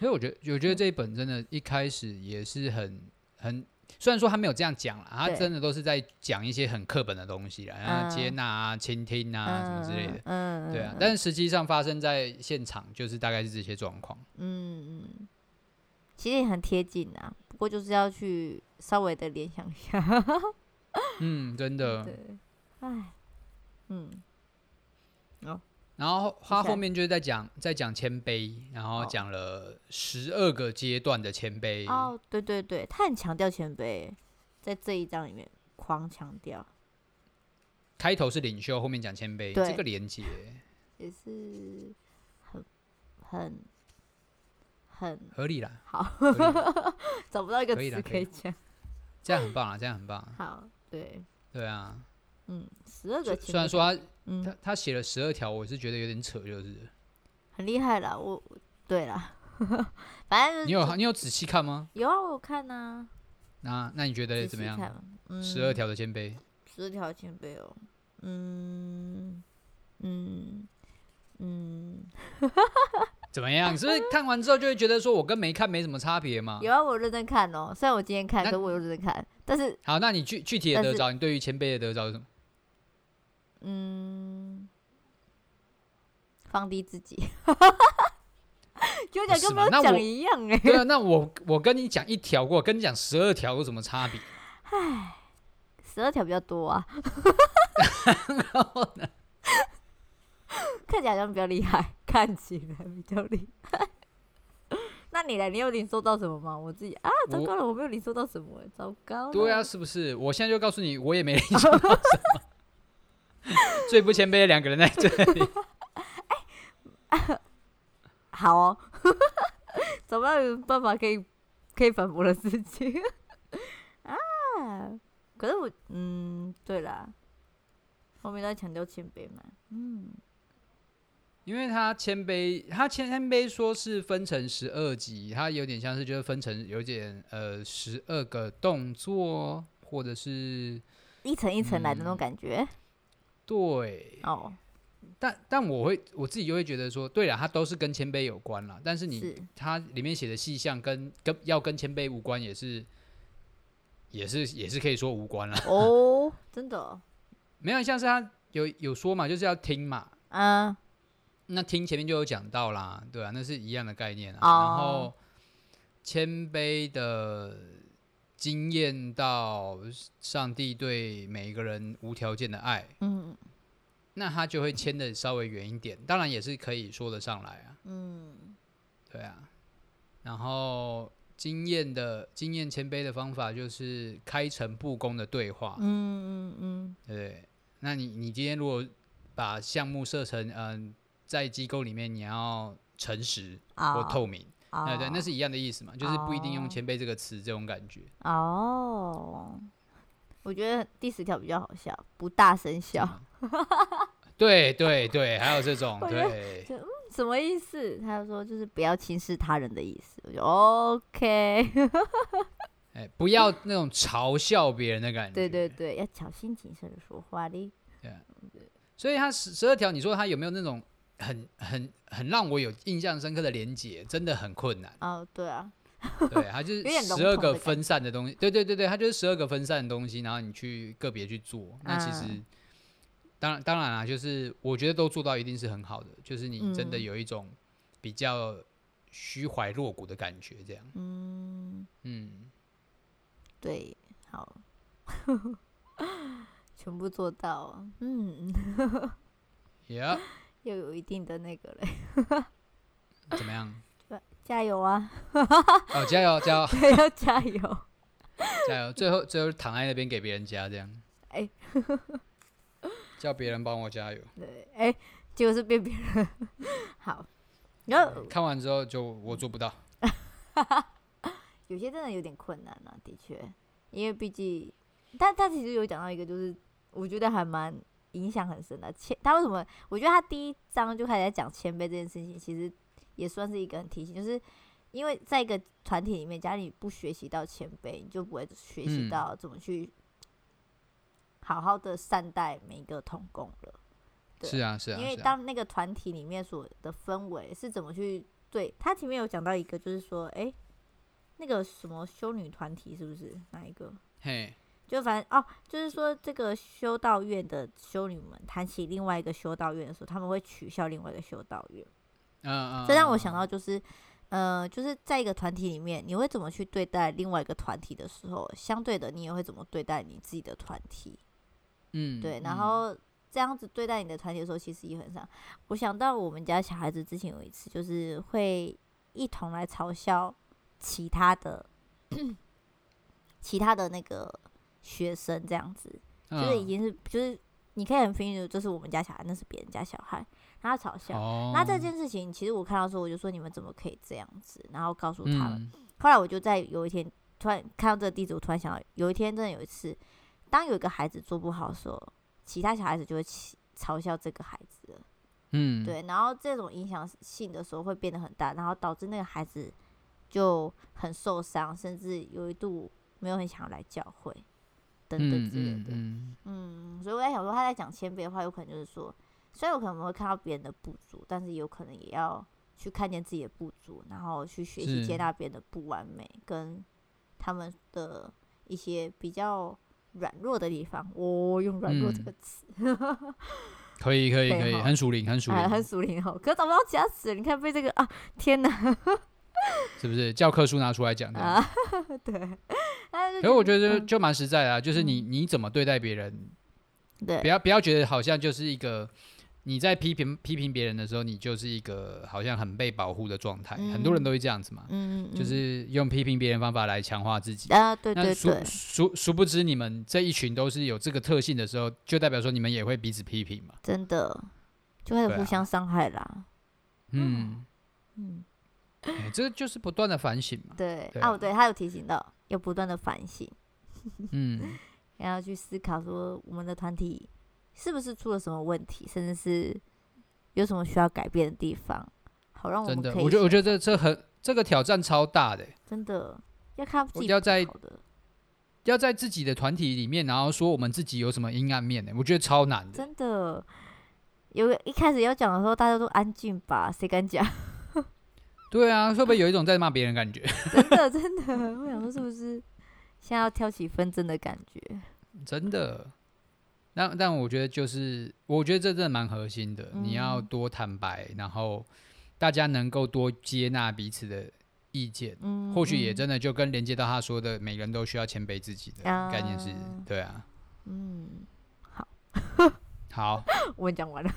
Speaker 2: 所以我觉得，我觉得这一本真的，一开始也是很很，虽然说他没有这样讲啦，他
Speaker 3: 对嗯
Speaker 2: 真的都是在讲一些很课本的东西啦，然后接纳啊、倾听啊、什么之类的。
Speaker 3: 嗯，嗯
Speaker 2: 对啊，但实际上发生在现场，就是大概是这些状况。
Speaker 3: 嗯嗯，其实也很贴近啊，不过就是要去稍微的联想一下。
Speaker 2: 嗯，真的。
Speaker 3: 对，哎，嗯，
Speaker 2: 然后他
Speaker 3: 接下来
Speaker 2: 后面就是在讲在讲谦卑，然后
Speaker 3: 哦
Speaker 2: 讲了十二个阶段的谦卑。
Speaker 3: 哦，对对对，他很强调前辈，在这一章里面狂强调，
Speaker 2: 开头是领袖，后面讲谦卑，
Speaker 3: 对
Speaker 2: 这个连接
Speaker 3: 也是很很很
Speaker 2: 合理啦，
Speaker 3: 好
Speaker 2: 合理啦
Speaker 3: (laughs) 找不到一个
Speaker 2: 啊可以啦
Speaker 3: 词
Speaker 2: 可
Speaker 3: 可
Speaker 2: 以
Speaker 3: 以讲。
Speaker 2: 这样很棒啊，这样很棒啊。
Speaker 3: 好，对，
Speaker 2: 对啊，
Speaker 3: 嗯，十二
Speaker 2: 虽
Speaker 3: 个前
Speaker 2: 虽然
Speaker 3: 辈
Speaker 2: 说他
Speaker 3: 嗯
Speaker 2: 他他写了十二条，我是觉得有点扯，就是
Speaker 3: 很厉害啦，我对啦， (laughs) 反正
Speaker 2: 你
Speaker 3: 嗯就是
Speaker 2: 有你有仔细看吗？啊
Speaker 3: 有啊，我有看呐、
Speaker 2: 那那你觉
Speaker 3: 仔
Speaker 2: 得
Speaker 3: 细
Speaker 2: 怎么样？
Speaker 3: 看？嗯，
Speaker 2: 十二条的谦卑，
Speaker 3: 十二条前辈哦，嗯嗯嗯，
Speaker 2: 怎么样？是不是看完之后就会觉得说我跟没看没什么差别嘛？
Speaker 3: 有啊，我有认真看哦。虽然我今天看，
Speaker 2: 那
Speaker 3: 可是我有认真看，但是
Speaker 2: 好，那你具具体的
Speaker 3: 但
Speaker 2: 得
Speaker 3: 是
Speaker 2: 着，你对于谦卑的得着是什
Speaker 3: (laughs)
Speaker 2: 么？
Speaker 3: 嗯，放低
Speaker 2: (laughs)
Speaker 3: 自己，就
Speaker 2: 不
Speaker 3: 讲
Speaker 2: 是
Speaker 3: 跟没
Speaker 2: 嘛
Speaker 3: 有
Speaker 2: 那
Speaker 3: 讲
Speaker 2: 我
Speaker 3: 一样哎、
Speaker 2: 对啊，那我我跟你讲一条过，我跟你讲十二条有什么差别？
Speaker 3: 十二条比较多
Speaker 2: (laughs)
Speaker 3: 啊，看起来好像比较厉害，看起来比较厉害。 (laughs) 那你呢？你有领受到什么吗？我自己啊，糟
Speaker 2: 我
Speaker 3: 糕了，我没有领受到什么、欸糟糕了。
Speaker 2: 对啊，是不是？我现在就告诉你，我也没领受到什么。最不谦卑的两个人在这里，
Speaker 3: 好哦，找不到有办法可以可以反驳的事情啊。可是我，嗯，对啦，后面在强调谦卑嘛，嗯，
Speaker 2: 因为他谦卑，他谦谦卑说是分成十二集，他有点像是就是分成有点呃十二个动作，或者是
Speaker 3: 一层一层来的那种感觉、
Speaker 2: 对，
Speaker 3: 哦。
Speaker 2: 但但我会我自己就会觉得说，对了，它都是跟谦卑有关啦。但是你
Speaker 3: 是
Speaker 2: 它里面写的细项跟跟要跟谦卑无关，也是也是也是可以说无关啦。
Speaker 3: 哦，真的哦、
Speaker 2: 没有像是他有有说嘛，就是要听嘛，
Speaker 3: 嗯，
Speaker 2: 那听前面就有讲到啦，对啊，那是一样的概念啊。然
Speaker 3: 哦
Speaker 2: 后谦卑的经验到上帝对每一个人无条件的爱，
Speaker 3: 嗯
Speaker 2: 那他就会牵的稍微远一点，当然也是可以说得上来啊。
Speaker 3: 嗯，
Speaker 2: 对啊，然后经验的经验谦卑的方法就是开诚布公的对话，
Speaker 3: 嗯嗯嗯，
Speaker 2: 对不对。那你你今天如果把项目设成嗯、在机构里面你要诚实
Speaker 3: 啊、
Speaker 2: 或
Speaker 3: 哦，
Speaker 2: 透明，
Speaker 3: 哦，
Speaker 2: 对对，那是一样的意思嘛，就是不一定
Speaker 3: 哦
Speaker 2: 用谦卑这个词这种感觉。
Speaker 3: 哦。我觉得第十条比较好笑，不大声笑，
Speaker 2: 对对对，还有这种
Speaker 3: 我觉得
Speaker 2: 对，
Speaker 3: 什么意思？他就说就是不要轻视他人的意思。我就 OK，
Speaker 2: 哎，不要那种嘲笑别人的感觉。
Speaker 3: 对对对，要小心谨慎的说话的。。
Speaker 2: 所以他十十二条，你说他有没有那种很很很让我有印象深刻的连结？真的很困难
Speaker 3: 哦，对啊， (laughs)
Speaker 2: 对，他就是
Speaker 3: 有点笼
Speaker 2: 十二
Speaker 3: 统的
Speaker 2: 个
Speaker 3: 感
Speaker 2: 分散的东西。对对对对，他就是十二个分散的东西，然后你去个别去做。那其实，
Speaker 3: 嗯
Speaker 2: 当然当然啦，就是我觉得都做到一定是很好的，就是你真的
Speaker 3: 嗯
Speaker 2: 有一种比较虚怀若谷的感觉，这样。
Speaker 3: 嗯，
Speaker 2: 嗯，
Speaker 3: 对，好， (laughs) 全部做到，嗯，
Speaker 2: 也、yeah,
Speaker 3: 又有一定的那个嘞，
Speaker 2: 怎么样？
Speaker 3: 加油啊， (laughs)
Speaker 2: 哦，加油加油
Speaker 3: 对，要加油。
Speaker 2: 加油！最后最后躺在那边给别人加这样。
Speaker 3: 哎
Speaker 2: (laughs) 叫别人帮我加油。
Speaker 3: 对，哎、结果是被别人 (laughs) 好，然后
Speaker 2: 看完之后就我做不到。
Speaker 3: 有些真的有点困难啊，的确，因为毕竟，但他其实有讲到一个，就是我觉得还蛮影响很深的。谦，他为什么？我觉得他第一章就开始在讲谦卑这件事情，其实也算是一个很提醒，就是因为在一个团体里面，假如你不学习到谦卑，你就不会学习
Speaker 2: 嗯
Speaker 3: 到怎么去好好的善待每一个童工了。对
Speaker 2: 是啊，是啊，
Speaker 3: 因为
Speaker 2: 是啊
Speaker 3: 当那个团体里面所的氛围是怎么去对，他前面有讲到一个，就是说，哎、那个什么修女团体是不是哪一个？
Speaker 2: 嘿，
Speaker 3: 就反正哦，就是说这个修道院的修女们谈起另外一个修道院的时候，他们会取笑另外一个修道院，
Speaker 2: 嗯嗯，
Speaker 3: 这让我
Speaker 2: 嗯
Speaker 3: 想到就是。呃，就是在一个团体里面，你会怎么去对待另外一个团体的时候，相对的，你也会怎么对待你自己的团体。
Speaker 2: 嗯，
Speaker 3: 对，
Speaker 2: 嗯
Speaker 3: 然后这样子对待你的团体的时候，其实也很伤。我想到我们家小孩子之前有一次，就是会一同来嘲笑其他的其他的那个学生，这样子，就是已
Speaker 2: 嗯
Speaker 3: 经是就是你可以很清楚，这是我们家小孩，那是别人家小孩，然后嘲笑。
Speaker 2: 哦，
Speaker 3: 那这件事情，其实我看到的时候，我就说你们怎么可以这样子，然后告诉他们，
Speaker 2: 嗯
Speaker 3: 后来我就在有一天突然看到这个地址，我突然想到，有一天真的有一次，当有一个孩子做不好的时候，其他小孩子就会起嘲笑这个孩子了
Speaker 2: 嗯，
Speaker 3: 对，然后这种影响性的时候会变得很大，然后导致那个孩子就很受伤，甚至有一度没有很想来教会，等
Speaker 2: 嗯
Speaker 3: 等之类
Speaker 2: 嗯
Speaker 3: 的。
Speaker 2: 嗯，
Speaker 3: 嗯，所以我在想说，他在讲谦卑的话，有可能就是说，虽然有可能我们会看到别人的不足，但是有可能也要去看见自己的不足，然后去学习
Speaker 2: 是
Speaker 3: 接纳别人的不完美，跟他们的一些比较软弱的地方。我、用“软弱”这
Speaker 2: 嗯
Speaker 3: 个词，
Speaker 2: 可以可以
Speaker 3: 对
Speaker 2: 可以，
Speaker 3: 吼
Speaker 2: 很属灵很属
Speaker 3: (laughs) 哎，很
Speaker 2: 灵，
Speaker 3: 熟灵哦，可找不到其他词，你看被这个啊，天哪
Speaker 2: 是不是？教科书拿出来讲这样。
Speaker 3: 啊， (laughs) 对，但是
Speaker 2: 嗯可是我觉
Speaker 3: 得
Speaker 2: 得就
Speaker 3: 嗯
Speaker 2: 就蛮实在的啊，就是你你怎么对待别人，不
Speaker 3: 对，
Speaker 2: 要不要觉得好像就是一个你在批评批评别人的时候，你就是一个好像很被保护的状态，很多人
Speaker 3: 嗯
Speaker 2: 都会这样子嘛，
Speaker 3: 嗯，
Speaker 2: 就
Speaker 3: 嗯
Speaker 2: 是用批评别人方法来强化自己。
Speaker 3: 啊，对
Speaker 2: 那
Speaker 3: 对
Speaker 2: 殊
Speaker 3: 对，
Speaker 2: 殊殊不知，你们这一群都是有这个特性的时候，就代表说你们也会彼此批评嘛。
Speaker 3: 真的就开始
Speaker 2: 对
Speaker 3: 互
Speaker 2: 啊
Speaker 3: 相伤害啦，
Speaker 2: 嗯，
Speaker 3: 嗯。
Speaker 2: 哎这就是不断的反省嘛。
Speaker 3: 对，
Speaker 2: 对
Speaker 3: 哦、
Speaker 2: 啊
Speaker 3: 对，他有提醒到，要不断的反省，
Speaker 2: 嗯，
Speaker 3: 然后去思考说我们的团体是不是出了什么问题，甚至是有什么需要改变的地方，好哦让我
Speaker 2: 真
Speaker 3: 们
Speaker 2: 的，
Speaker 3: 可以
Speaker 2: 我觉得我
Speaker 3: 学
Speaker 2: 觉得这很这个挑战超大的欸，
Speaker 3: 真的要看到自
Speaker 2: 我
Speaker 3: 己
Speaker 2: 要
Speaker 3: 不
Speaker 2: 在
Speaker 3: 好的，
Speaker 2: 要在自己的团体里面，然后说我们自己有什么阴暗面呢？我觉得超难的。
Speaker 3: 真的。有个一开始要讲的时候，大家都安静吧，谁敢讲？ (laughs)
Speaker 2: 对啊，会不会有一种在骂别人的感觉？ (laughs)
Speaker 3: 真的，真的，我想说是不是现在要挑起纷争的感觉？
Speaker 2: 真的。但但我觉得就是，我觉得这真的蛮核心的。你要
Speaker 3: 嗯
Speaker 2: 多坦白，然后大家能够多接纳彼此的意见。
Speaker 3: 嗯，
Speaker 2: 或许也
Speaker 3: 嗯
Speaker 2: 真的就跟连接到他说的，每个人都需要谦卑自己的
Speaker 3: 啊
Speaker 2: 概念是，对啊。
Speaker 3: 嗯， (laughs)
Speaker 2: 好，
Speaker 3: 我们讲完了，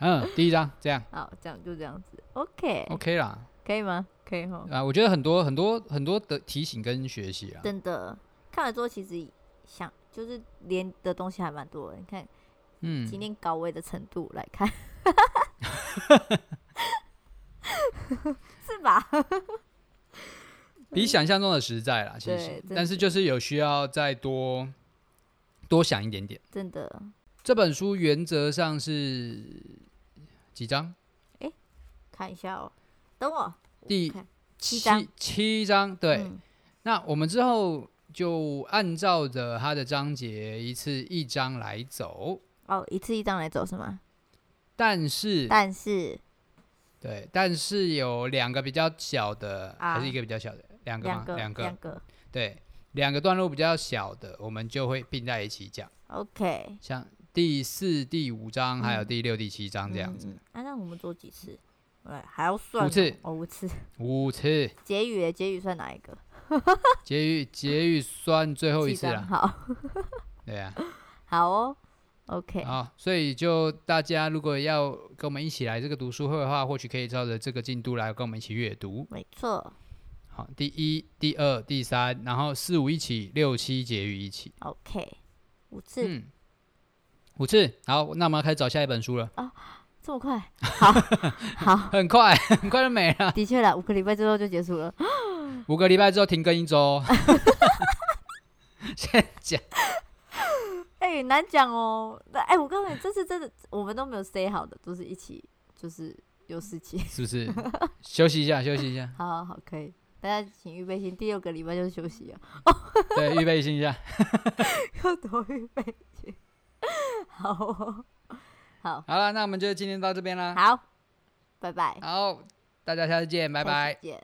Speaker 2: 嗯，第一章这样
Speaker 3: 好，这样就这样子，OK，,
Speaker 2: OK 啦。
Speaker 3: 可以吗？可以哈。
Speaker 2: 啊，我觉得很多很多很多的提醒跟学习啊，
Speaker 3: 真的看了之后，其实想就是连的东西还蛮多的。你看
Speaker 2: 嗯
Speaker 3: 今，天高危的程度
Speaker 2: (laughs)
Speaker 3: 来看，是吧？ (laughs)
Speaker 2: 比想象中的实在啦，其
Speaker 3: 嗯对
Speaker 2: 实，
Speaker 3: 真
Speaker 2: 但是就是有需要再多多想一点点。
Speaker 3: 真的，
Speaker 2: 这本书原则上是几章？
Speaker 3: 看一下哦。等我
Speaker 2: 第
Speaker 3: 看
Speaker 2: 七
Speaker 3: 七章
Speaker 2: 七章，对。
Speaker 3: 嗯
Speaker 2: 那我们之后就按照着它的章节一次一章来走，
Speaker 3: 哦，一次一张来走是吗？
Speaker 2: 但是
Speaker 3: 但是
Speaker 2: 对，但是有两个比较小的，
Speaker 3: 啊
Speaker 2: 还是一个比较小的，两个
Speaker 3: 两
Speaker 2: 吗？
Speaker 3: 个
Speaker 2: 两个，
Speaker 3: 个
Speaker 2: 对，两个段落比较小的，我们就会并在一起讲，
Speaker 3: ，OK，
Speaker 2: 像第四、第五章，还有
Speaker 3: 嗯
Speaker 2: 第六、第七章这样子
Speaker 3: 嗯，嗯啊，那我们做几次？对，还要算
Speaker 2: 五次
Speaker 3: 哦哦，五次。
Speaker 2: 五次，
Speaker 3: 结语耶，结语算哪一个？
Speaker 2: 结语结语算最后一
Speaker 3: 七
Speaker 2: 次啊
Speaker 3: 张，
Speaker 2: 了，
Speaker 3: 好，
Speaker 2: 对啊，
Speaker 3: 好哦，OK，
Speaker 2: 好，所以就大家如果要跟我们一起来这个读书会的话，或许可以照着这个进度来跟我们一起阅读。
Speaker 3: 没错，
Speaker 2: 好，第一、第二、第三，然后四五一起，六七结语一起。
Speaker 3: ，OK，五次。
Speaker 2: 嗯，五次。好，那我们要开始找下一本书了，
Speaker 3: 这么快？ (laughs) 好好，
Speaker 2: 很快， (laughs) 很快就没了。
Speaker 3: 的确啦，五个礼拜之后就结束
Speaker 2: (laughs)
Speaker 3: 了。
Speaker 2: 五个礼拜之后停更一周。 (laughs) 先讲，
Speaker 3: 哎、难讲哦。那哎、我告诉你，这次真的我们都没有 say 好的，都是一起，就是有事
Speaker 2: (laughs)
Speaker 3: 情。
Speaker 2: 是不是？休息一下，休息一下，
Speaker 3: 好好好，可以。大家请预备心，第六个礼拜就是休息
Speaker 2: (laughs)
Speaker 3: 啊，
Speaker 2: 对，预备心一下。
Speaker 3: 要多预备心。好、哦，好，
Speaker 2: 好了，那我们就今天到这边啦。
Speaker 3: 好，拜拜，
Speaker 2: 好，大家下次见，拜
Speaker 3: 下
Speaker 2: 拜
Speaker 3: 次。见，